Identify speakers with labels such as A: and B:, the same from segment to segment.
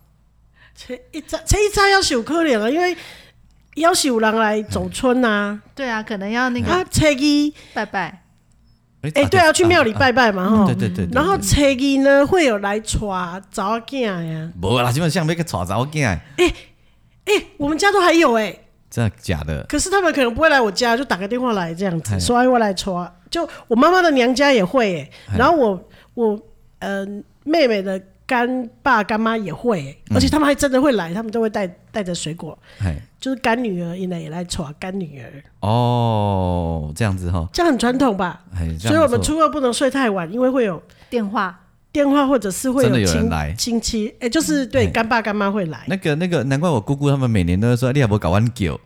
A: 切一早，切一早要是有可能啊，因为要是有人来走村啊，
B: 对啊，可能要那个
A: 啊，切一
B: 拜拜。
A: 哎，对啊，嗯要去庙里拜拜嘛
C: 啊，
A: 吼
C: 对。对对，对
A: 然后切一呢，会有来抓早囝呀。
C: 无啦，基本上要去娶查某囝的，
A: 哎，我们家都还有哎，
C: 真的假 的？
A: 可是他们可能不会来我家，就打个电话来这样子，
C: 哎
A: 说哎我来抓。就我妈妈的娘家也会、欸，然后我我呃妹妹的干爸干妈也会、欸，
C: 嗯
A: 而且他们还真的会来，他们都会带带着水果，
C: 哎，
A: 就是干女儿也来也来抓干女儿，
C: 哦，这样子哈，
A: 这样很传统吧？
C: 哎，这
A: 所以
C: 样
A: 我
C: 不
A: 们
C: 错
A: 初二不能睡太晚，因为会有
B: 电话
A: 电话或者是会
C: 真的有人
A: 亲
C: 来
A: 亲戚，哎、就是对
C: 哎
A: 干爸干妈会来，
C: 那个那个，难怪我姑姑他们每年都会说，你还不搞完酒，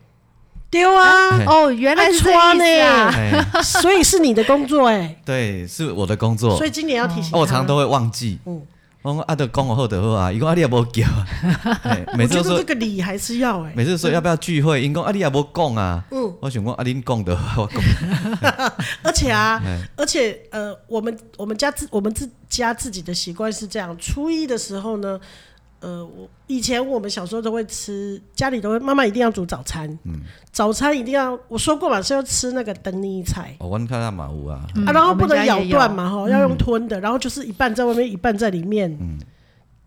A: 丢 啊！
C: 哎
B: 哦，原来是这
A: 穿
B: 意思 啊！
C: 哎，
A: 所以是你的工作哎、
C: 对，是我的工作
A: 所以，今年要提醒他、
C: 哦我常常都会忘记。
A: 啊嗯
C: 我讲啊，都讲我后的话啊，伊讲啊，你也无 叫啊，嘿每
A: 我
C: 次
A: 觉得
C: 都说
A: 这个礼还是要哎、
C: 每次说要不要聚会，因讲啊，你也无讲啊，
A: 嗯。
C: 我想讲啊，恁讲的话我讲，
A: 而且啊
C: 哎，
A: 而且呃，我们我们家自我们自家自己的习惯是这样：初一的时候呢，呃，我以前我们小时候都会吃，家里都会妈妈一定要煮早餐，早餐一定要我说过嘛是要吃那个等你菜。
C: 哦，我看到嘛有啊，
B: 嗯
A: 啊，然后不能咬断。
B: 我们家也有嗯
A: 嘛，哈，要用吞的，然后就是一半在外面，一半在里面，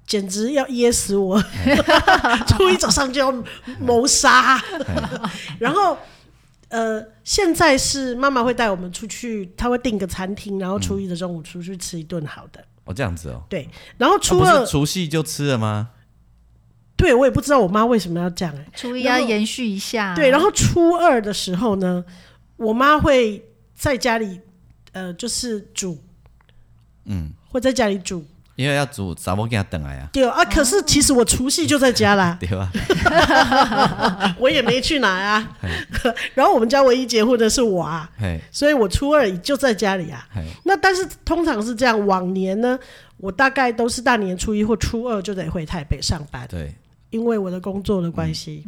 A: 简直要噎死我！ 初一早上就要谋杀， 然后呃，现在是妈妈会带我们出去，她会订个餐厅，然后初一的中午出去吃一顿好的，
C: 哦这样子哦，
A: 对，然后
C: 啊
A: 初
C: 不
A: 二，
C: 是除夕就吃了吗？
A: 对我也不知道我妈为什么要这样、欸，
B: 初一
A: 然
B: 要
A: 后
B: 延续一下。
A: 对，然后初二的时候呢，我妈会在家里呃，就是煮，嗯，会在家里煮。
C: 因为要煮查某囝等来啊，
A: 对啊，可是其实我除夕就在家啦，
C: 对吧？
A: 我也没去哪啊。 然后我们家唯一结婚的是我啊，
C: 嘿，
A: 所以我初二就在家里啊。
C: 嘿，
A: 那但是通常是这样，往年呢，我大概都是大年初一或初二就得回台北上班，
C: 对，
A: 因为我的工作的关系。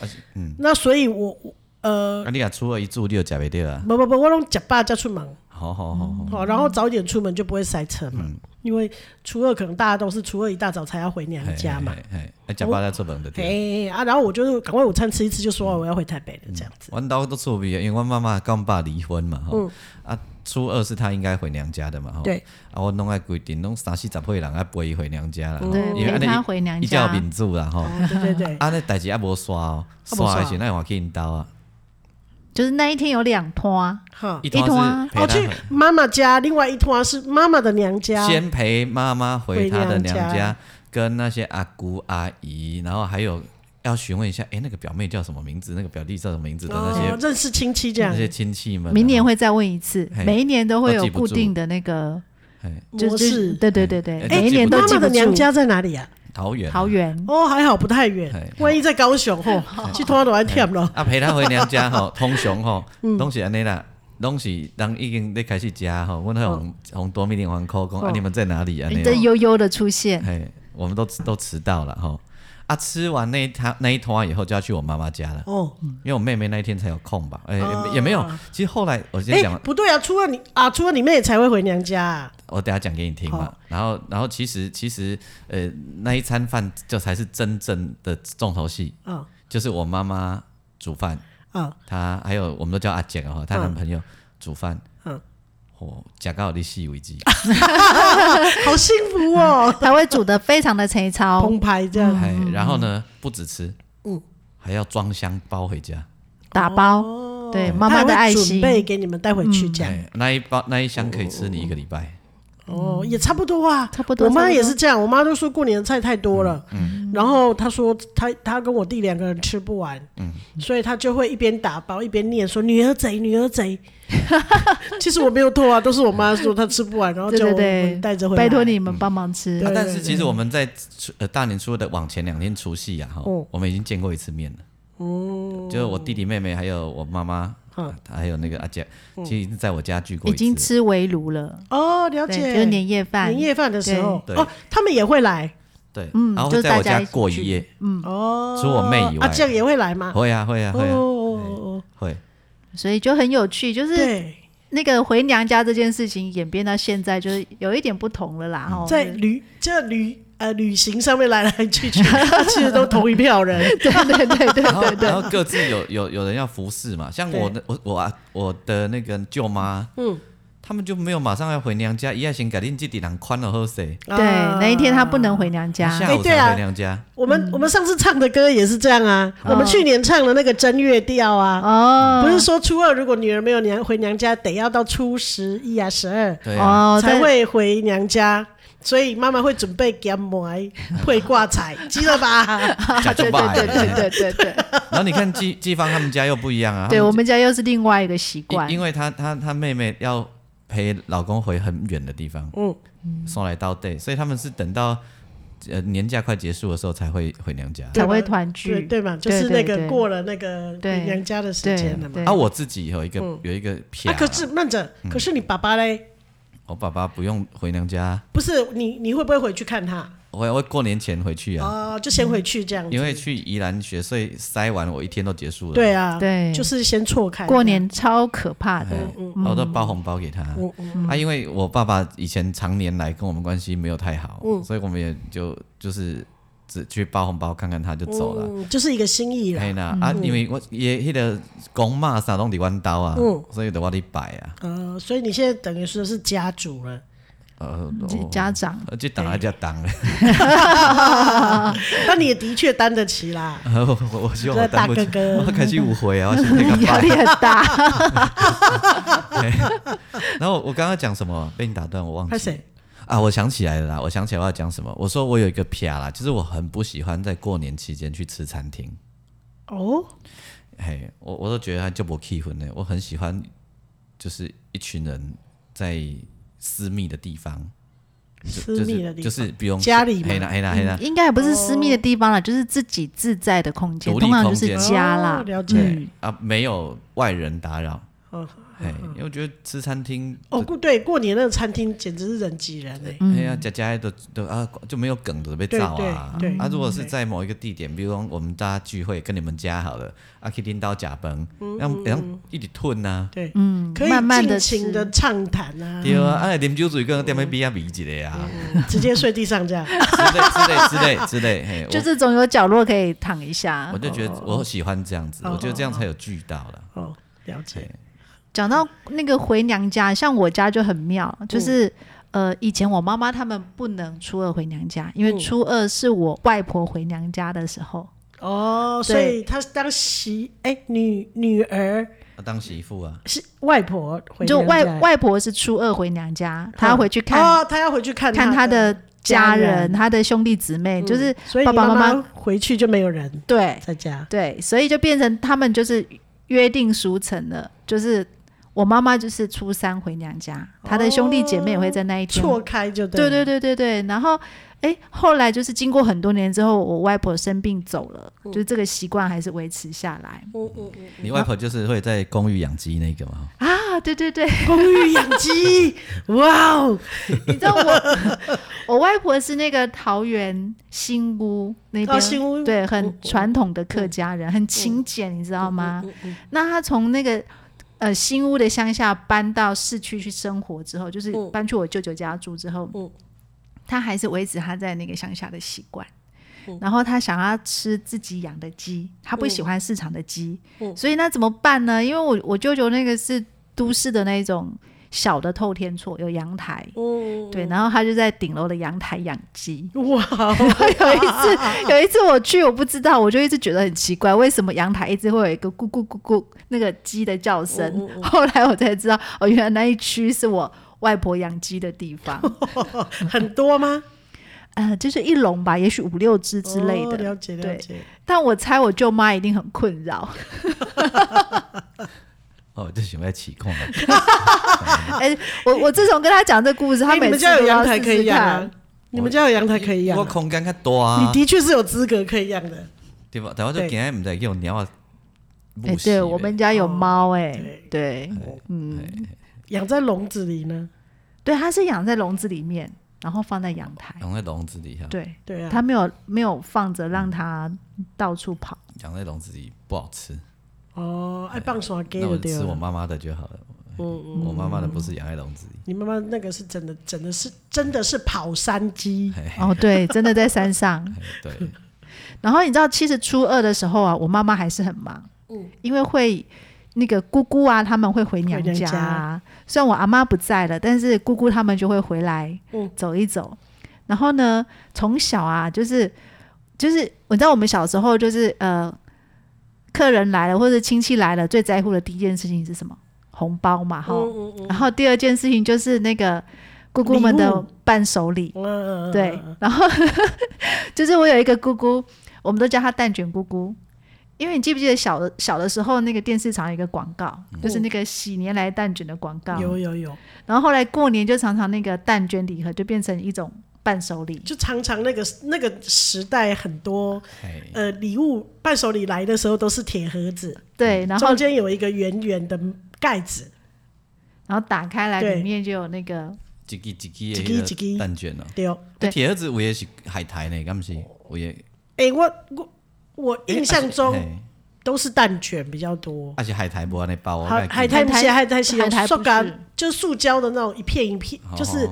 C: 而且嗯，
A: 那所以我，我呃，
C: 啊，你啊初二一住你就食袂着啊，
A: 不不不，我拢假爸家出门，哦
C: 好好好好，
A: 好，然后早点出门就不会塞车嘛，
C: 嗯
A: 因为初二可能大家都是初二一大早才要回娘
C: 嘿
A: 家嗯嘛。，
C: 嘿嘿，嘿啊，食饱再出门就对了。
A: 哎啊，然后我就赶快午餐吃一吃，就说哦我要回台北了，这样子。
C: 阮兜都厝边，因为阮妈妈跟阮爸离婚嘛，吼、啊，初二是她应该回娘家的嘛，
A: 嗯
C: 吼，
A: 对，
C: 啊，我拢爱规定，拢三四十岁人爱陪伊回娘家啦，吼
B: 对
C: 因为安
B: 陪
C: 尼
B: 她回娘家哎
C: 伊才有面子啦，吼，
A: 哦对对 对，
C: 啊，那代志还无刷哦，
A: 还没
C: 刷的
A: 煞
C: 是咱换去因兜啊，
B: 就是那一天有两拖，
A: 哈，
C: 一
B: 一啊摊
C: 摊是
A: 哦，
C: 陪她
A: 去
C: 回
A: 妈妈家，另外一团是妈妈的娘家，
C: 先陪妈妈回她的
A: 回娘
C: 娘
A: 家
C: 家，跟那些阿姑阿姨，然后还有要询问一下，诶，那个表妹叫什么名字，那个表弟叫什么名字的那些、
A: 哦，认识亲戚这样
C: 那，些亲戚们啊，
B: 明年会再问一次，
C: 嘿
B: 每一年都会
C: 都
B: 有
C: 记不
B: 固
C: 住
B: 定的那个
C: 嘿，
B: 就
A: 模
B: 就是
A: 式。
B: 对对对对
C: 哎，
B: 每一年都
A: 妈
B: 记
A: 妈
B: 不
A: 的
B: 住。嗯
A: 娘家在哪里啊？
C: 桃园啊、
B: 桃园，
A: 哦，还好不太远
C: 哎，
A: 万一在高雄吼，去拖都还忝咯。
C: 啊，陪他回娘家 吼，通常吼，
A: 嗯
C: 拢是安尼啦，拢是人已经咧开始食吼，阮迄红红多米连环扣讲
A: 哦哎
C: 啊，你们在哪里安尼
B: 这
C: 哦？
B: 悠悠的 出现，
C: 嘿，我们都都迟到了吼。啊，吃完那一摊那一摊以后就要去我妈妈家了，
A: 哦，
C: 因为我妹妹那一天才有空吧？哎，
A: 哦
C: 也也没有。其实后来我先
A: 哎
C: 讲，，
A: 不对啊，初二你啊，初二你妹才会回娘家啊。
C: 我等下讲给你听嘛
A: 好。
C: 然后，然后其实其实呃，那一餐饭这才是真正的重头戏，
A: 啊
C: 就是我妈妈煮饭，
A: 啊，
C: 她还有我们都叫阿简哦，她
A: 嗯
C: 男朋友煮饭，
A: 嗯啊
C: 嗯，哦，假到你细为止，
A: 好幸福哦，
B: 才会煮的非常的粗 糙。
A: 澎湃这样。
C: 哎，然后呢，不止吃，
A: 嗯
C: 还要装箱包回家，
B: 打包，
A: 哦，
B: 对妈妈
A: 他
B: 的
A: 还
B: 爱
A: 会准
B: 心
A: 备给你们带回去这样。
C: 哎，那一包那一箱可以吃你一个礼拜。
A: 哦，也差不多啊，
B: 差不多
A: 我妈
B: 差不多
A: 也是这样，我妈都说过年的菜太多了，
C: 嗯
A: 然后她说她她跟我弟两个人吃不完，
C: 嗯
A: 所以她就会一边打包一边念说女儿贼女儿 贼。其实我没有偷啊，都是我妈说她吃不完，然后
B: 对
A: 叫
B: 对
A: 我们
B: 对，
A: 带着回来。
B: 拜托你们帮忙吃
A: 对
C: 啊
A: 对
C: 但是其实我们在除呃大年初的往前两天除夕啊，哈
A: 嗯，
C: 我们已经见过一次面了。哦，就是我弟弟妹妹还有我妈妈，
A: 嗯
C: 啊还有那个阿姐，其实在我家聚过
B: 已
C: 一
B: 经
C: 次。
B: 吃围炉了，
A: 哦，了
B: 对，
A: 解，
B: 就是年夜饭，
A: 年夜饭的时候，
C: 对对
A: 哦，他们也会来，
C: 对，
B: 嗯
C: 然后
B: 就是
C: 会在我
B: 大家
C: 家
B: 一起
C: 过
B: 去嗯
C: 一夜。
A: 哦，
C: 除我妹以外
A: 啊，这样也会来吗？
C: 会啊，会啊，
A: 哦
C: 会
A: 哦
C: 啊，
A: 哦哦，
C: 会。
B: 所以就很有趣，就是
A: 对，
B: 那个回娘家这件事情演变到现在，就是有一点不同了啦。哈，
A: 在旅这旅呃旅行上面来来去去，他其实都同一票人。
B: 对对对对
C: 然后
B: 对对，
C: 然后各自有有有人要服侍嘛，像我的我我啊我的那个舅妈，
A: 嗯
C: 他们就没有马上要回娘家，一夜先改定自己人宽了喝水，
B: 对那一天他不能回娘家，
C: 下
A: 哎
C: 午
A: 对啊
C: 才回娘家。
A: 我
B: 嗯
A: 们我们上次唱的歌也是这样啊，
B: 哦
A: 我们去年唱的那个正月调啊，
B: 哦，
A: 不是说初二如果女儿没有娘回娘家，得要到初十一啊十二
C: 对啊，
B: 哦，
A: 才
B: 对
A: 会回娘家。所以妈妈会准备给 买会挂彩，记得吧？
C: 假装
B: 对
C: 吧。
B: 哦对对对对对对，
C: 然后你看季季芳他们家又不一样啊，
B: 对
C: 他
B: 我
C: 们
B: 们家又是另外一个习惯
C: 因，因为她她她妹妹要陪老公回很远的地方，
A: 嗯
C: 送来到 day，所以他们是等到呃年假快结束的时候才会回娘家。
B: 才会团
A: 对
B: 聚，
A: 对嘛，就是那
B: 对对
A: 个
B: 对
A: 过了那个
B: 对
A: 回娘家的时间了嘛。
B: 对
C: 啊，我自己有一个
A: 嗯
C: 有一个撇
A: 啊，
C: 啊，
A: 可是慢着，可是你爸爸嘞？
C: 我爸爸不用回娘家，
A: 不是你，你会不会回去看他？
C: 我我过年前回去啊，
A: 哦，就先回去这样子。
C: 因为去宜兰学税塞完，我一天都结束了。
A: 对啊，
B: 对
A: 就是先错开。
B: 过年超可怕的，
C: 哎，我都包红包给他。
A: 嗯
C: 啊，因为我爸爸以前常年来跟我们关系没有太好，
A: 嗯
C: 所以我们也就就是只去包红包看看他就走了。
A: 嗯，就是一个心意啦。
C: 哎啦，啊，因为我也迄个公妈啥拢伫阮兜啊
A: 嗯，
C: 所以就我伫摆啊，
A: 呃，所以你现在等于说是家主了，
C: 呃，
A: 嗯
B: 家家长
C: 我就当啊就当了，
A: 那你也的确担得起啦。
C: 我我我希望我当不
A: 这大哥哥
C: 我开始误会啊，我先那个
B: 压
C: 摆
B: 力。很大，
C: 然后我刚刚讲什么被你打断，我忘
A: 拍
C: 记了
A: 谁？
C: 啊，我想起来了啦，我想起来我要讲什么，我说我有一个癖啦，就是我很不喜欢在过年期间去吃餐厅。
A: 哦，
C: 嘿，我我都觉得他就不气氛呢。我很喜欢，就是一群人在私密的地方，就
A: 私密的地方
C: 就是就是不用
A: 家里嘛嗯
C: 黑啦黑啦黑啦，
B: 嗯应该也不是私密的地方了，就是自己自在的空间，
C: 哦独立
B: 通常就
C: 空
B: 是
C: 间
B: 家
A: 哦
B: 啦，
A: 了解。
C: 对啊，没有外人打扰。
A: 哦
C: 嘿，因为我觉得吃餐厅，
A: 哦，过对，过年那个餐厅简直是人挤人哎。
C: 哎呀，家家都都啊就没有梗的被造啊
A: 对对。对
C: 啊，如果是
A: 对
C: 在某一个地点，比如说我们大家聚会，跟你们家好了，啊去拎刀假崩，
A: 嗯
C: 然后然后一起吞呐。
A: 对，
B: 嗯，
A: 可以
B: 慢慢的
A: 尽情的畅谈啊，
C: 对啊，啊，啉酒醉跟点杯比啊比一个啊，
A: 直接睡地上这 样。
C: 之类之类之类之类，嘿，我
B: 就是总有角落可以躺一下
C: 我。就觉得我喜欢这样子，
A: 哦
C: 我觉得这样才有聚到了。
A: 哦，了解。
B: 讲到那个回娘家，像我家就很妙，就是、
A: 嗯
B: 呃，以前我妈妈他们不能初二回娘家，因为
A: 嗯
B: 初二是我外婆回娘家的时候。
A: 哦，所以他当媳哎女女儿
C: 啊当媳妇啊，
A: 是外婆回
B: 就
A: 娘
B: 外
A: 家
B: 外婆是初二回娘家，她要回去看、
A: 哦，他要回去看
B: 看她
A: 她
B: 的
A: 家
B: 家
A: 人嗯
B: 人、她的兄弟姊妹，就是
A: 所以
B: 爸
A: 你
B: 爸
A: 妈
B: 妈
A: 妈回去就没有人
B: 对
A: 在家。
B: 对，所以就变成他们就是约定俗成了，就是我妈妈就是初三回娘家，她的兄弟姐妹也会在那一天
A: 哦错开就
B: 对
A: 对
B: 对对对对，然后哎，后来就是经过很多年之后，我外婆生病走了，
A: 嗯
B: 就是这个习惯还是维持下来
C: 你外婆就是会在公寓养鸡那个嘛，
B: 啊。对对 对，
A: 公寓养鸡，哇哦，
B: 你知道我 我外婆是那个桃园新屋那边，
A: 哦新屋
B: 对，
A: 嗯嗯
B: 很传统的客家人，很勤俭，你知道吗？那她从那个。呃，新屋的乡下搬到市区去生活之后，就是
A: 嗯
B: 搬去我舅舅家住之后，
A: 嗯
B: 她还是维持她在那个乡下的习惯。
A: 嗯
B: 然后她想要吃自己养的鸡，她不喜欢市场的鸡，
A: 嗯
B: 所以那怎么办呢？因为我我舅舅那个是都市的那种小的透天厝，有阳台，
A: 嗯，
B: 对，然后他就在顶楼的阳台养鸡。
A: 哇，
B: 有一次，有一次我去，我不知道，我就一直觉得很奇怪，为什么阳台一直会有一个咕咕咕咕那个鸡的叫声？
A: 哦
B: 后来我才知道，哦，原来那一区是我外婆养鸡的地 方，
A: 很多吗？
B: 呃，就是一笼吧，也许五六只之类
A: 哦
B: 的。
A: 了解了
B: 对
A: 解。
B: 但我猜我舅妈一定很困扰，
C: 哦，就喜欢起 控了。
B: 哎，我我自从跟她讲这故事，她
A: 哎你
B: 每
A: 们
B: 次
A: 家有
B: 都要
A: 阳
B: 试
A: 台可以
B: 试
A: 养
B: 看
A: 啊。？你们家有阳台可以养
C: 我
A: 啊？
C: 空间较大啊
A: 你，的确是有资格可以养的。
C: 对吧？但我就
A: 对
C: 今日唔知叫猫啊，
B: 哎，
C: 不欸
B: 对我们家有猫，哎
A: 哦对，
B: 对嗯
A: 养在笼子里呢？
B: 对，它是养在笼子里面，然后放在阳台，
C: 养在笼子里哈，
B: 对。
A: 对啊，
B: 他没有没有放着让他到处 跑，
C: 养在笼子里不好吃，
A: 哦，爱棒耍给
C: 那我
A: 的对
C: 吃我
A: 了。嗯
C: 妈妈的就好了。
B: 嗯
C: 我妈妈的不是养在笼子里，
A: 你妈妈那个是真的，真的是真的是跑山鸡，
B: 哦，对，真的在山上。
C: 哎对，
B: 然后你知道，其实初二的时候啊，我妈妈还是很忙，
A: 嗯
B: 因为会那个姑姑啊，他们会回娘
A: 回
B: 家、
A: 娘家
B: 虽然我阿妈不在了，但是姑姑他们就会回来
A: 嗯
B: 走一走。然后呢，从小啊，就是就是，我知道我们小时候就是呃，客人来了或者亲戚来了，最在乎的第一件事情是什么？红包嘛，哈、
A: 嗯嗯
B: 然后第二件事情就是那个姑姑们
A: 礼
B: 的
A: 物
B: 伴手礼，
A: 嗯嗯，
B: 对，然后 就是我有一个姑姑，我们都叫她蛋卷姑姑，因为你记不记得小的小的时候那个电视常有一个广告，就是那个喜年来蛋卷的广告，
A: 嗯有有有，
B: 然后后来过年就常常那个蛋卷礼盒就变成一种伴手礼，
A: 就常常那个那个时代很多
C: 哎，
A: 呃礼物伴手礼来的时候都是铁盒子，
B: 对，然
A: 嗯
B: 后
A: 中间有一个圆圆的盖子，
B: 然后打开来
A: 对
B: 里面就有那个
C: 一支一
A: 一
C: 支
A: 支
C: 的
A: 一
C: 那
A: 支
C: 个蛋卷哦，
A: 对哦。
B: 对
C: 铁盒子有的是海苔呢，敢不是？有的
A: 哎，我我我印象中
C: 啊嘿
A: 都是蛋卷比较多。
C: 啊是海苔无安尼包，啊我
A: 海
C: 自己
A: 海苔不是海苔是用
B: 海苔不
A: 塑胶
B: 是，
A: 哦就是塑胶的那种一片一片，
C: 哦
A: 就是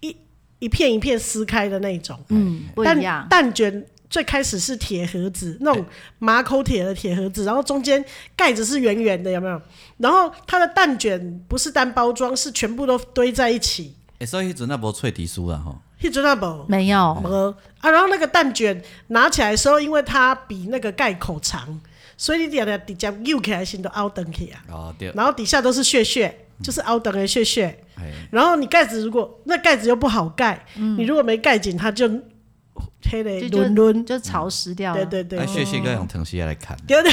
A: 一片一片撕开的那种。
B: 嗯不
A: 蛋
B: 一样，
A: 蛋卷最开始是铁盒子，那种马口铁的铁盒子，然后中间盖子是圆圆的，有没有？然后它的蛋卷不是单包装，是全部都堆在一起。
C: 哎，所以迄阵啊无脆皮酥啦吼，
A: 一直那不
B: 没有，
A: 呃啊，然后那个蛋卷拿起来的时候，因为它比那个盖口长，所以你点点底下扭起来先都凹登起啊，
C: 哦对，
A: 然后底下都是屑屑，
B: 嗯
A: 就是凹登的屑屑。
C: 哎，
A: 然后你盖子如果那盖子又不好盖，你如果没盖紧，它就黑嘞
B: 嗯就就
A: 轮轮。
B: 就潮湿
A: 嗯
B: 掉
A: 对
B: 了。哎
A: 对对，
C: 啊屑屑哥用藤丝来砍， 哎
A: 对对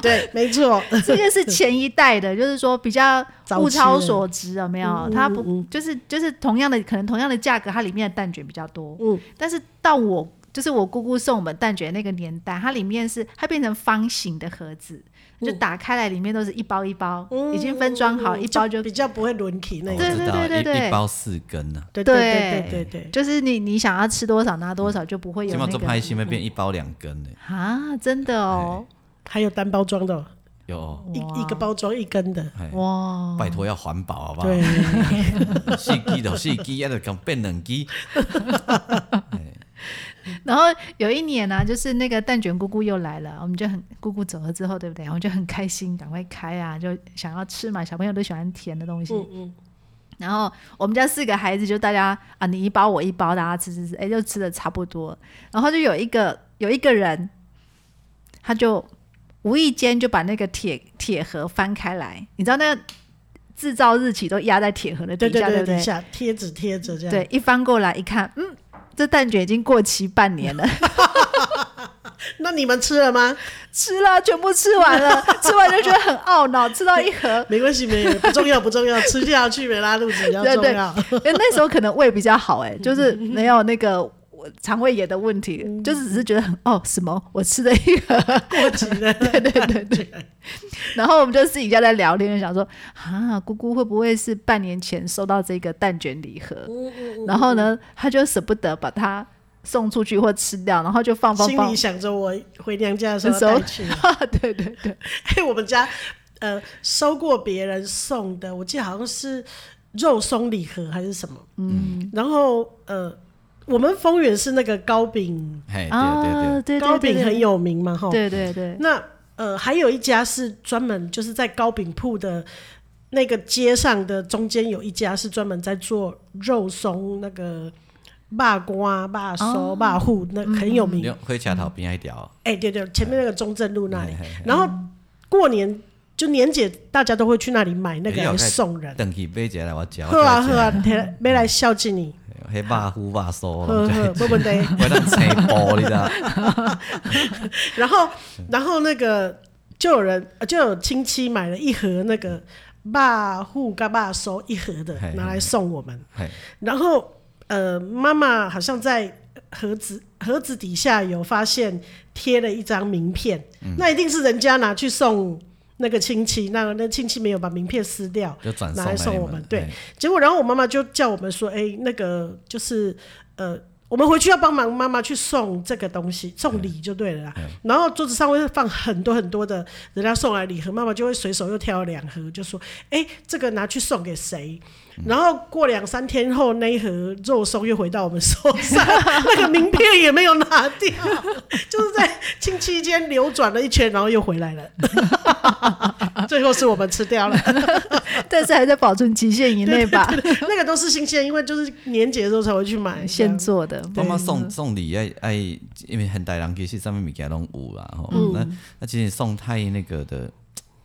A: 对，没错，
B: 这个是前一代的，就是说比较
A: 早
B: 物
A: 期
B: 超
A: 的
B: 所值，有没有
A: 嗯？
B: 它
A: 嗯
B: 不就是就是同样的，可能同样的价格，它里面的蛋卷比较多。
A: 嗯，
B: 但是到我就是我姑姑送我们蛋卷那个年代，它里面是它变成方形的盒子，就
A: 嗯
B: 打开来里面都是一包一包， 已经分装好，一包就
A: 比较不会轮起那
C: 哦我
A: 种。
B: 对
C: 知道
B: 对对对
C: 一一包四根啊呐，
A: 对对对对
B: 就是你你想要吃多少拿多少，就不会
C: 起
B: 有
C: 码
B: 那
C: 做拍
B: 个
C: 心会变一包两根呢，
B: 啊，真的哦，
C: 哎
A: 还有单包装的，
C: 有哦，
A: 一一个包装一根的，
C: 哎
B: 哇，
C: 拜托要环保好不好？
A: 对，
B: 嗯
C: 四支就四支，啊，就讲变两支，
B: 然后有一年呢、就是那个蛋卷姑姑又来了，我们就很姑姑走了之后，对不对？我们就很开心，赶快开啊，就想要吃嘛，小朋友都喜欢甜的东西。
A: 嗯嗯，
B: 然后我们家四个孩子就大家啊，你一包我一包，大家吃吃吃，哎，就吃的差不多。然后就有一个有一个人，他就无意间就把那个铁铁盒翻开来，你知道那个制造日期都压在铁盒的底
A: 对对
B: 下，
A: 对，
B: 不对
A: 底？下贴纸贴着这样，
B: 对，一翻过来一看，嗯，这蛋卷已经过期半年了。
A: 那你们吃了吗？
B: 吃了，全部吃完 了，吃完就觉得很懊恼，吃到一盒。
A: 没关系，没不重要，不重 要，吃下去没拉肚子比较重要。
B: 因为那时候可能胃比较好、
A: 嗯
B: 哎，就是没有那个我肠胃炎的问题，就是只是觉得很哦，什么我吃了一盒，
A: 过期 了，对对对对，
B: 然后我们就私底下在聊天，就想说啊，姑姑会不会是半年前收到这个蛋卷礼盒，
A: 嗯
B: 然后呢，她就舍不得把它送出去或吃掉，然后就放放
A: 心
B: 放
A: 里，想着我回娘家的时候要带去。
B: 对对对，
A: 哎，我们家呃收过别人送的，我记得好像是肉松礼盒还是什么，嗯，然后呃，我们丰原是那个糕饼，
C: 嘿，对对
B: 啊，
C: 对，
B: 对对对，
A: 糕饼很
B: 有，
A: 有名嘛，哈，
B: 对对对，
A: 那呃，还有一家是专门就是在糕饼铺的那个街上的中间有一家是专门在做肉松那个。霸瓜、霸手、霸户，那很有名
C: 你。用灰卡头边一条，
A: 哎、对对，前面那个中正路那里
C: 嗯嘿嘿嘿，
A: 然后过年就年节，大家都会去那里买那个
C: 哎有
A: 来
C: 开
A: 送人。
C: 等去买一个来我食，
A: 喝啊喝啊，没没来孝敬你，
C: 嘿，迄肉糊肉酥
A: 喝
C: 拢
A: 喝，
C: 在，
A: 没问题。
C: 我当青布你知
A: 啊
C: 道？
A: 然后然后那个就有人呃就有亲戚买了一盒那个霸户干霸收一盒的
C: 嘿嘿
A: 拿来送我们，
C: 嘿
A: 然后呃妈妈好像在。盒子盒子底下有发现贴了一张名片，
C: 嗯
A: 那一定是人家拿去送那个亲戚，那那亲戚没有把名片撕掉，
C: 就转
A: 拿来
C: 送
A: 送
C: 给
A: 我
C: 你
A: 们
C: 们，
A: 对
C: 嘿，
A: 结果，然后我妈妈就叫我们说：“哎、那个就是呃，我们回去要帮忙妈妈去送这个东西，送礼就对了啦。然后桌子上会放很多很多的人家送来礼盒，妈妈就会随手又挑两盒，就说：‘哎、这个拿去送给谁？’然后过两三天后，那一盒肉松又回到我们手上，那个名片也没有拿掉，就是在亲戚间流转了一圈，然后又回来了， 最后是我们吃掉了。”
B: 但是还在保存期限以内吧，
A: 那个都是新鲜，因为就是年节的时候才会去买。
B: 现
A: 这样
B: 做的。
C: 我妈
A: 嗯
C: 送送礼爱爱，因为很大人其实上面物件拢有啦吼。
A: 嗯
C: 那那其实送太那个的，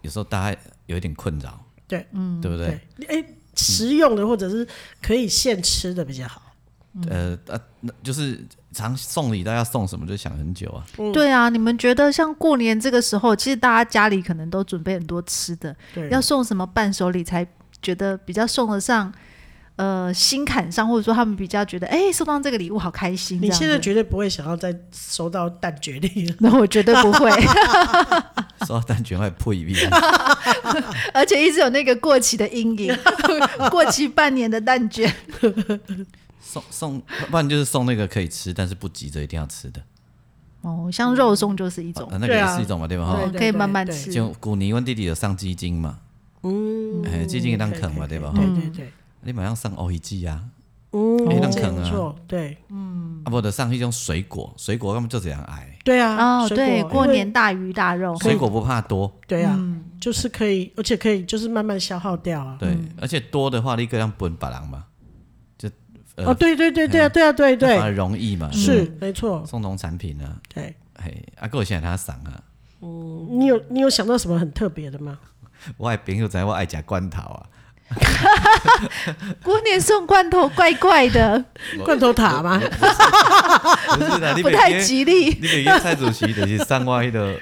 C: 有时候大家有一点困扰，
A: 对，
C: 对不对？
A: 对，哎、食用的或者是可以现吃的比较好。
C: 呃呃，那就是常送礼，大家送什么就想很久啊。
B: 对啊，你们觉得像过年这个时候，其实大家家里可能都准备很多吃的，
A: 对，
B: 要送什么伴手礼才觉得比较送得上，呃，心坎上，或者说他们比较觉得，哎、收到这个礼物好开心。
A: 你
B: 这样
A: 现在
B: 子
A: 绝对不会想要再收到蛋卷礼了。
B: 那我绝对不会，
C: 说到蛋卷会破一遍，
B: 而且一直有那个过期的 阴影，过期半年的蛋卷。
C: 送送，不然就是送那个可以吃，但是不急着一定要吃的，
B: 哦，像肉松就是一种，
C: 啊那个
A: 对
C: 也
A: 啊
C: 是一种嘛，对吧？
A: 对
C: 哈，
B: 哦可以慢慢吃。
C: 就古尼阮弟弟有上鸡精嘛，
A: 嗯，
C: 哎，鸡精一当啃嘛，对吧？哈
A: 对，对对，
C: 你马上上欧一鸡啊，
A: 嗯，
C: 哎那
A: 这
C: 啃啊
A: 不错，对
C: 啊，不得上一种水果，水果他们就这样爱，
A: 对啊，
B: 哦，
A: 水
B: 对，
A: 果
B: 过。
A: 因为
B: 年嗯大鱼大
A: 嗯
B: 肉，
C: 水果不怕多，
A: 对啊，就是可以，而且可以就是慢慢消耗掉啊。
C: 对，而且多的话，你个人啊分别人嘛，就呃
A: 哦，对对对对啊对啊对
C: 那反
A: 对，
C: 而容易嘛，
A: 是没错
C: 对。送农产品啊，
A: 对，
C: 嘿，啊，够现在他送啊，
A: 你有你有想到什么很特别的吗？
C: 我的朋友知道我爱吃罐头 啊，
B: 过年送罐头怪怪的，
A: 罐头塔吗？
C: 不是 的，你
B: 不
C: 每
B: 太
C: 天
B: 吉利。
C: 你每天蔡主席就是上外 的，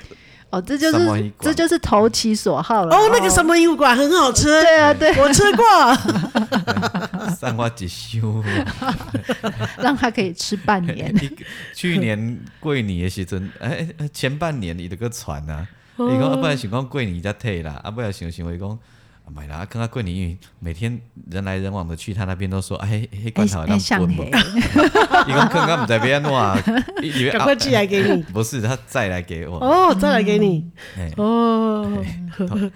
B: 哦，这就
C: 三万一
B: 是
C: 罐
B: 这就是投其所好了。
A: 哦，那个什么油管很好吃，
B: 对啊，对，
A: 我吃过。
C: 上外一箱。
B: 让他可以吃半 年。
C: 你去年过年的时阵，哎、哎前半年伊就个传啊，
A: 哦
C: 伊讲啊，不然想讲过年才退啦，啊，不然想想伊讲。啊买啦，啊，看他过年，因为每天人来人往的去他那边都说，哎，黑罐头
B: 哎
C: 让
B: 像
C: 滚嘛，
B: 嘿
C: 伊讲看看唔知边弄啊，他以为
A: 赶快寄来给你。
C: 不是他再来给我，
A: 哦，再来给你
C: 哎
A: 哦，
C: 啊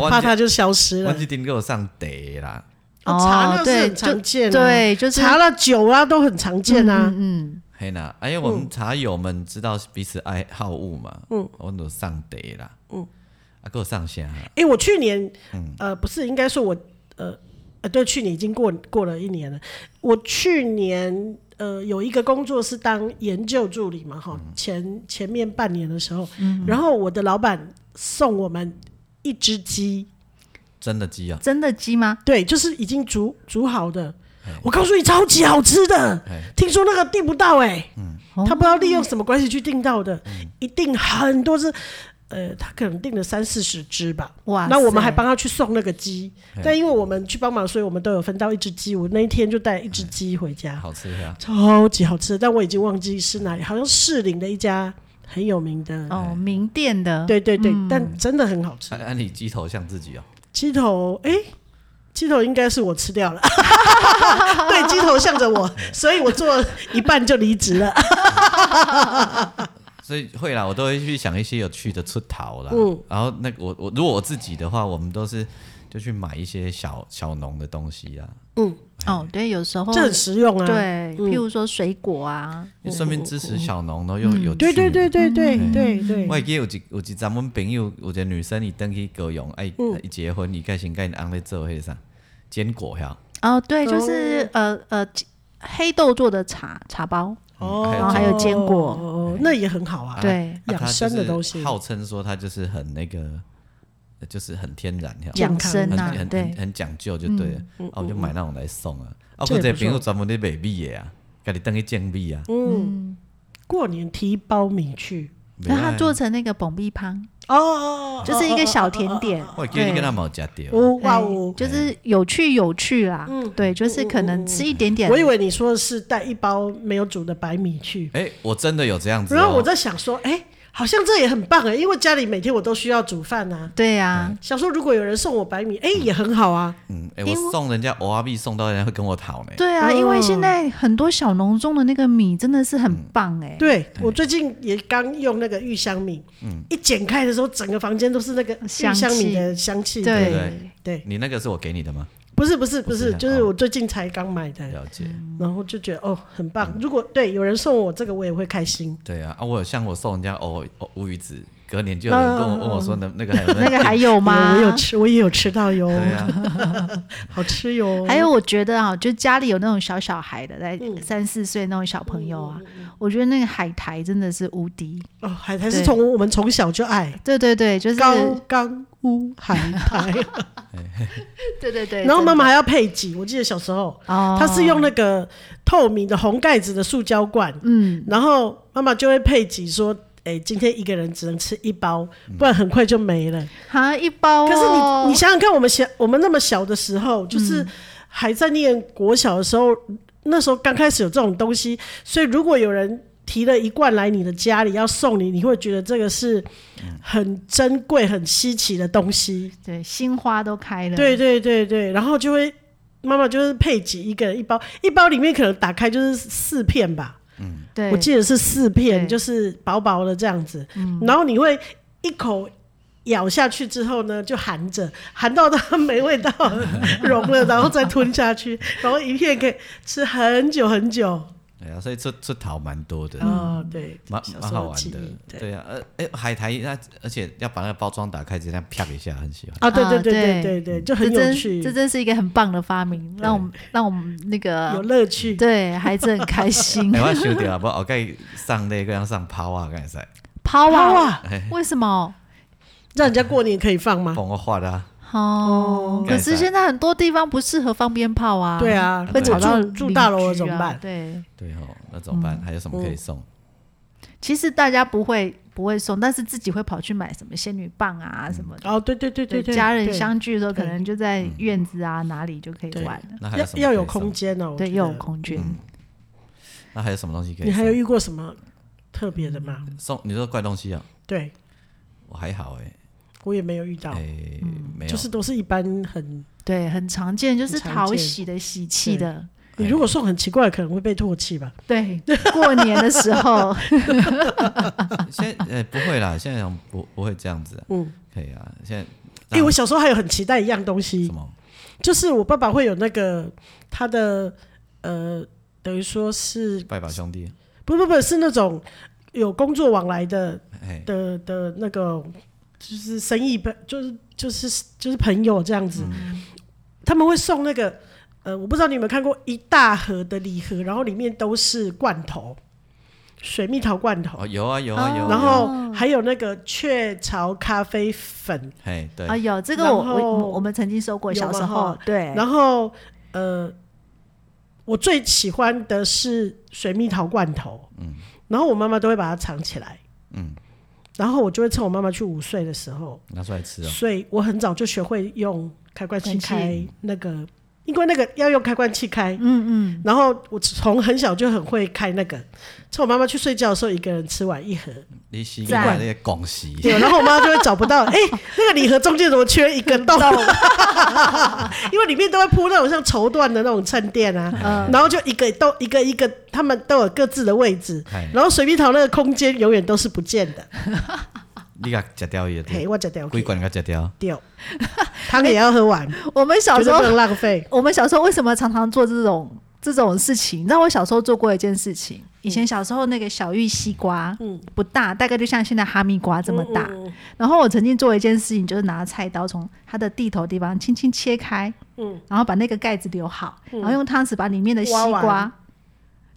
C: 我
A: 怕
C: 这
A: 它就消失
C: 我
A: 了。
C: 这顶给我上茶啦，
A: 哦茶那是
B: 对，
A: 很常见啊
B: 就对，就是
A: 茶了酒啊都很常见啊，
B: 嗯，嗯
C: 嘿啦，哎，我们茶友们知道彼此爱好恶嘛，嗯，我都上茶啦，嗯，啊，给我上啥？
A: 哎、我去年，呃，不是，应该说我，呃，呃，对，去年已经过过了一年了。我去年，呃，有一个工作是当研究助理嘛，哈，前前面半年的时候，
B: 嗯
A: 然后我的老板送我们一只鸡，
C: 真的鸡啊，
B: 真的鸡吗？
A: 对，就是已经煮煮好的。我告诉你，超级好吃的
C: 哎，
A: 听说那个订不到哎、
B: 哦
A: 他不知道利用什么关系去订到的，一订很多只，呃，他可能订了三四十只吧。
B: 哇
A: 那我们
B: 塞
A: 还帮他去送那个鸡，但因为我们去帮忙，所以我们都有分到一只鸡。我那一天就带一只鸡回家，
C: 好吃啊呀、
A: 超级好吃的，但我已经忘记是哪里，好像士林的一家很有名的，
B: 哦，嗯名店的，
A: 对对对，但真的很好吃
C: 啊。。按、啊、你鸡头像自己哦，
A: 鸡头，哎、鸡头应该是我吃 掉了，对，鸡头向着我，所以我做一半就离职了。
C: 所以会啦，我都会去想一些有趣的出逃啦。
A: 嗯
C: 然后那个我我如果我自己的话，我们都是就去买一些小小农的东西啦，啊
A: 嗯，
B: 哦，对，有时候
A: 这很实用啊。
B: 对，
A: 嗯
B: 譬如说水果啊，
C: 你顺便支持小农，然后又有
A: 嗯对对
C: 趣
A: 对对对对对
C: 我会记得有一有一咱阮朋友有一个女生，伊登去高雄，哎，
A: 嗯
C: 伊结婚，伊甲先甲因翁咧做迄个啥坚果遐，
B: 哦，对，就是呃呃黑豆做的茶茶包，
C: 嗯还有
B: 然后还有坚果
A: 哦，那也很好啊。
B: 对，
C: 啊
A: 养
C: 她
A: 生的
C: 就是
A: 东西
C: 号称说她就是很那个，呃就是很天然遐，
A: 健
B: 养
A: 康
B: 生
C: 很
B: 啊
C: 很，很
B: 对，
C: 很讲究就对
A: 嗯
C: 了。啊，我就买那种来送啊。啊，
A: 这
C: 我
A: 也
C: 有
A: 不
C: 一个朋友专门咧卖米的啊，家己登去种米啊。
A: 嗯，过年提包米去。
B: 那
C: 不
B: 它
C: 赖
B: 做，成那个蹦壁汤，
A: 哦哦，哦
B: 就是一个小甜点，
C: 我会记得你跟他冇食到，
A: 哦哇
B: 对
A: 哦！
B: 就是有趣有趣啦
A: 嗯，
B: 对，就是可能吃一点点
A: 我，以为你说的是带一包没有煮的白米去，
C: 哎，我真的有这样子哦。
A: 然后我在想说，哎，好像这也很棒哎，因为家里每天我都需要煮饭啊。
B: 对呀，
A: 想说如果有人送我白米，哎，也很好啊。
C: 嗯，哎，
B: 因为
C: 我送人家娃娃币送到人家会跟我讨呢。
B: 对啊，
A: 嗯
B: 因为现在很多小农种的那个米真的是很棒哎，
A: 对我最近也刚用那个玉香米，一剪开的时候，整个房间都是那个玉
B: 香
A: 香米
B: 气
A: 的香气。
C: 对
B: 对
C: 对，
A: 对，
C: 你那个是我给你的吗？
A: 不是不是不
C: 不
A: 是，
C: 是
A: 就是
C: 哦
A: 我最近才刚买的，
C: 了解。
A: 然后就觉得哦很棒。如果对有人送我这个，我也会开心。
C: 对啊，啊，我有像我送人家哦哦乌鱼子，隔年就有人跟我问我说，那
A: 哦
C: 那个还有
B: 那个还有吗？
A: 有我有吃，我也有吃到哟，
C: 对啊，
A: 好吃哟。
B: 还有，我觉得啊，就家里有那种小小孩的，在
A: 嗯
B: 三四岁那种小朋友啊，我觉得那个海苔真的是无敌。
A: 哦，海苔是
B: 对
A: 从我们从小就爱
B: 对对对，就是
A: 高冈乌海苔，
B: 对 对对。
A: 然后
B: 真的
A: 妈妈还要配给。我记得小时候，
B: 哦，
A: 她是用那个透明的红盖子的塑胶罐，
B: 嗯，
A: 然后妈妈就会配给说。哎、今天一个人只能吃一包，不然很快就没了。
B: 好一包、哦。
A: 可是你，你想想看，我们小我们那么小的时候，就是还在念国小的时候，那时候刚开始有这种东西，所以如果有人提了一罐来你的家里要送你，你会觉得这个是很珍贵、很稀奇的东西。
B: 对心花都开了。
A: 对对对对，然后就会妈妈就是配给一个人一包，一包里面可能打开就是四片吧，
B: 对，
A: 我记得是四片，
B: 对嗯
A: 就是薄薄的这样子，然后你会一口。咬下去之后呢，就含着，含到它没味道了融了，然后再吞下 去，然后一片可以吃很久很久。
C: 对啊，所以出出逃蛮多的，
A: 哦，对，
C: 蛮
A: 小时
C: 蛮
A: 候
C: 好玩
A: 记
C: 的
A: 忆。对
C: 对啊，呃，哎，海苔那而且要把那个包装打开，直接这样啪一下，很喜欢。
A: 啊，对
B: 啊
A: 对对对
B: 对
A: 对对，就
B: 这
A: 很有
B: 真
A: 趣
B: 这，真是一个很棒的发明，让我们让我们那
A: 有
B: 个
A: 乐趣。
B: 对孩子很开 心
C: 哎，。我收到啊，不，我该上那个要上抛啊，刚才
B: 抛
A: 哇
B: 啊，
A: 哇，
B: 为什么？
A: 让人家过年可以放吗？
C: 帮我画的啊，
A: 嗯
B: 哦，可是现在很多地方不适合放鞭炮啊。
A: 对，啊，
B: 会
A: 而且
B: 吵到
A: 住住大楼
B: 邻
A: 了
B: 居
A: 怎么
B: 啊
A: 办？
B: 对。
C: 对哦，那怎么办？还有什么可以送？
B: 其实大家不会不会送，但是自己会跑去买什么仙女棒啊什么的。
A: 哦，对对对对对，
B: 家人
A: 对
B: 相聚的时候，
A: 对
B: 可能就在院子啊哪里就可以玩了。
C: 那还有
A: 要
C: 什
A: 嗯
C: 么
A: 要有
C: 可以送
A: 空？间哦，我
B: 对，
A: 觉
B: 又有
A: 得
B: 空间。
C: 那还有什么东西可
A: 你
C: 以嗯
A: 还有
C: 送？
A: 遇过什么特别的吗？
C: 送你说怪东西啊？
A: 对
C: 我还好哎，
A: 我也没有遇到，
C: 哎，没有
A: 嗯就。是都是一般很。
B: 对，很常见，就是
A: 很常
B: 讨
A: 见
B: 喜的、喜气的。
C: 哎
A: 你如果送很奇怪，可能会被唾弃吧？
B: 对，过年的时 候，
C: 现在呃不会啦，现在不不会这样子啊，
A: 嗯，
C: 可以啊，现在。
A: 哎、我小时候还有很期待一样东西
C: 什，么？
A: 就是我爸爸会有那个他的呃，等于说是
C: 拜把兄弟，啊
A: 不不不是那种有工作往来的
C: 哎，
A: 的的那个，就是生意朋，就是就是就是朋友这样子，
C: 嗯
A: 他们会送那个呃，我不知道你有没有看过一大盒的礼盒，然后里面都是罐头，水蜜桃罐头。
C: 哦，有啊有啊有啊，
A: 然
C: 有啊
A: 后还有那个雀巢咖啡粉，
C: 嘿，对，
B: 哎呦，这个
A: 然
B: 我我
A: 后
B: 我我们曾经收过，
A: 有
B: 小时
A: 嘛
B: 候
A: 哈，
B: 对，
A: 然后呃，我最喜欢的是水蜜桃罐头，嗯，然后我妈妈都会把它藏起来，
C: 嗯，
A: 然后我就会趁我妈妈去午睡的时候，
C: 拿出来吃哦。
A: 所以我很早就学会用开关器
B: 开关
A: 开那个，因为那个要用开关器开，
B: 嗯嗯，
A: 然后我从很小就很会开那个，趁我妈妈去睡觉的时候，一个人吃完一盒，
C: 你洗个
B: 赞
C: 那个拱洗，
A: 对，然后我妈就会找不 到，哎、那个礼盒中间怎么缺一个洞？ 因为里面都会铺那种像绸缎的那种衬垫啊，
B: 嗯
A: 然后就一个都一个一个，他们都有各自的位置
B: 嗯
C: 哎，
A: 然后水蜜桃那个空间永远都是不见的。
C: 你甲食掉伊的
A: 嘿，
C: 对，
A: 我食掉去
C: 几罐甲食掉，
A: 掉，汤也要喝完，
B: 我们小
A: 绝
B: 时
A: 对
B: 候
A: 不能浪费。
B: 我们小时候为什么常常做这种这种事情？你知道我小时候做过一件事情，以前小时候那个小玉西瓜，
A: 嗯
B: 不大，大概就像现在哈密瓜这么大。
A: 嗯嗯
B: 然后我曾经做一件事情，就是拿菜刀从它的地头地方轻轻切开，
A: 嗯，
B: 然后把那个盖子留好，然后用汤匙把里面的西
A: 挖
B: 瓜
A: 完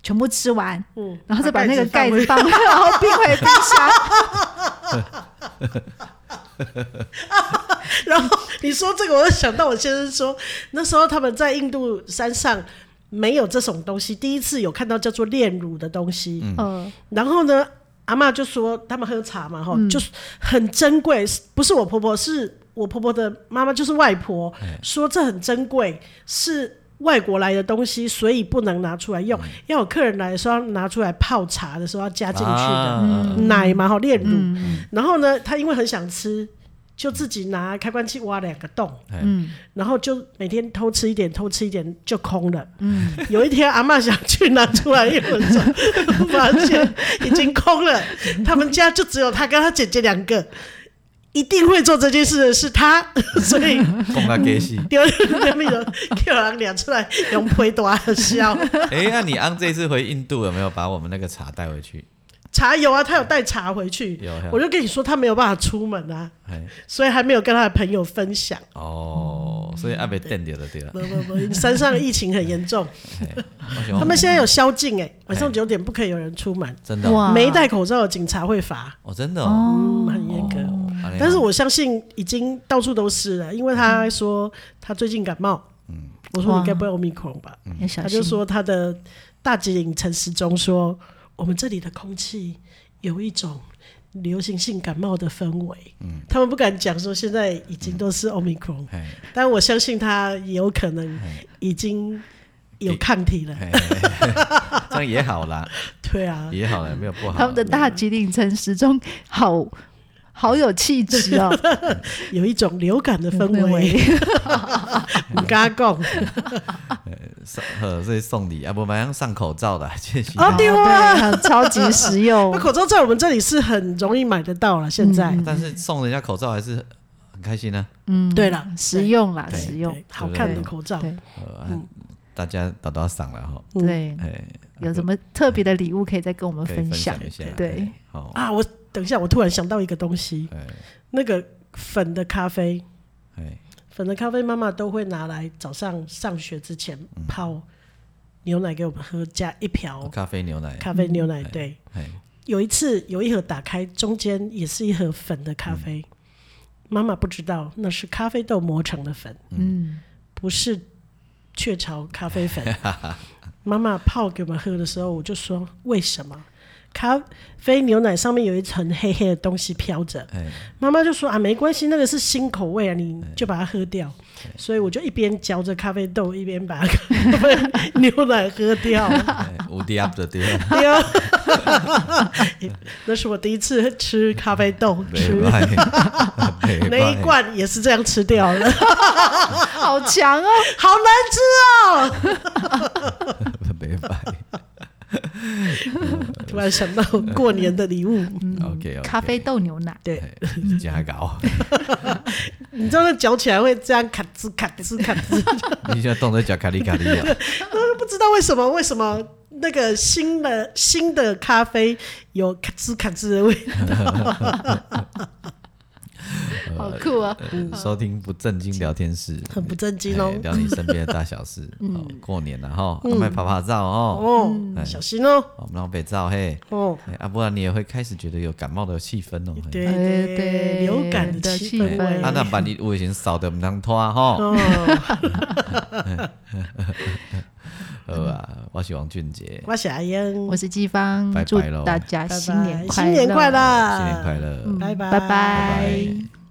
B: 全部吃完，
A: 嗯，
B: 然后再把那个盖子
A: 放
B: 放，然后冰回冰箱。
A: 回去。然后你说这个，我就想到我先生说，那时候他们在印度山上没有这种东西，第一次有看到叫做炼乳的东西。
B: 嗯，
A: 然后呢，阿嬷就说他们喝茶嘛，哈、就是很珍贵，是不是我婆婆，是我婆婆的妈妈，就是外婆，
B: 哎
A: 说这很珍贵，是外国来的东西，所以不能拿出来
B: 嗯
A: 用，要有客人来的时候要拿出来泡茶的时候要加进去的、
C: 啊
A: 奶嘛，哈，炼乳。然后呢，她因为很想吃。就自己拿开关器挖两个洞，嗯，然后就每天偷吃一点，偷吃一点就空了。嗯，有一天阿嬷想去拿出来一分钟，发现已经空了，他们家就只有他跟他姐姐两个。一定会做这件事的是他， 所以
C: 讲甲假死。
A: 丢丢那个叫人俩出来用啊皮大笑。
C: 诶，那你昂这次回印度有没有把我们那个茶带回去？
A: 茶有啊，他有带茶回 去，
C: 有，
A: 我就跟你说他没有办法出门啊，
C: 哎，
A: 所以还没有跟他的朋友分享。
C: 哦，所以阿被电掉就对了。
A: 不不不，山上疫情很严重，
C: 我想嗯
A: 他们现在有宵禁哎、晚上九点不可以有人出门，
C: 真的哦，
A: 没戴口罩的警察会罚，
C: 哦，真的哦，
A: 嗯，很严格。
C: 哦安尼哦
A: 但是我相信已经到处都是了，因为他说他最近感冒，我说
B: 哇
A: 你该不会 omicron 吧？
B: 要小
A: 他就
B: 心。
A: 说他的大吉岭陈时中说，我们这里的空气有一种流行性感冒的氛围，他们不敢讲说现在已经都是 omicron，、
C: 嘿
A: 但我相信他有可能
C: 哎
A: 已经有抗体了，
C: 嘿嘿嘿嘿 这样也好啦，
A: 对啊，
C: 也好啦，没有不好。
B: 他们的大吉岭城始终好好有气质哦，
A: 有一种流感的氛
B: 氛
A: 围
B: 围，
A: 你跟他讲，
C: 送呵，所以送礼啊，不，马上上口罩的，谢谢。
A: 哦对啊
B: 对超级实用
A: 那。口罩在我们这里是很容易买得到了，现在。
C: 但是送人家口罩还是很开心啊呢。
B: 嗯，
A: 对啦
B: 实用啦，
C: 对
B: 实用
A: 对。好看的口罩，
B: 对
C: 呃，啊大家都都要上了哈，
A: 嗯
B: 对，
C: 哎，
B: 有什么特别的礼物可以再跟我们
C: 可以分
B: 享？
C: 一下？
B: 对，
C: 哎，好，
A: 啊！我等一下，我突然想到一个东西，
C: 哎
A: 那个粉的咖啡，
C: 哎，
A: 粉的咖啡妈妈都会拿来早上上学之前
C: 嗯
A: 泡牛奶给我们喝，加一瓢
C: 咖啡牛奶，
A: 咖啡牛奶。对，
C: 哎，
A: 有一次有一盒打开，中间也是一盒粉的咖啡，妈妈不知道那是咖啡豆磨成的粉，
B: 嗯，
A: 不是雀巢咖啡粉。妈妈泡给我们喝的时候，我就说为什么？咖啡牛奶上面有一层黑黑的东西飘着，
C: 哎，
A: 妈妈就说啊，没关系，那个是新口味啊，你就把它喝掉。所以我就一边嚼着咖啡豆，一边把咖啡 牛奶喝掉。
C: 哎无敌 up 的对，
A: 对啊， 那是我第一次吃咖啡 豆，吃
C: 没怪，没
A: 那一
C: 怪，
A: 罐也是这样吃掉了，
B: 好强哦！
A: 好难吃哦！
C: 没怪。
A: 突然想到过年的礼物，
C: OK，
B: 咖啡豆牛奶，
A: 对，
C: 哎加搞，
A: 你知道那嚼起来会这样咔吱咔吱咔吱，
C: 你现在动在脚卡里卡里啊，
A: 不知道为什么，为什么那个新的新的咖啡有咔吱咔吱的味道？
B: 好酷啊！
C: 呃收听不正经聊天室，
A: 很不正经哦
C: 哎聊你身边的大小事。哦过年了哈，我们拍拍照
A: 哦，
C: 哦，
A: 小心哦，
C: 我们浪费照嘿。
A: 哦，
C: 哎啊，不然你也会开始觉得有感冒的气氛哦。嘿
A: 对
B: 哎
A: 对
B: 对
A: 流感的气氛
B: 对
C: 哎啊，
A: 味，
C: 那把你我以前扫的唔当拖吼。
A: 哦，
C: 好啊，我是王俊杰，
A: 我是阿英，
B: 我是季芳
C: 拜拜，
B: 祝
C: 喽
B: 大家
A: 拜拜
B: 新年快
A: 新年快
B: 乐，嗯
A: 乐，
C: 新年快乐。
A: 拜拜，
B: 拜
C: 拜拜
B: 拜。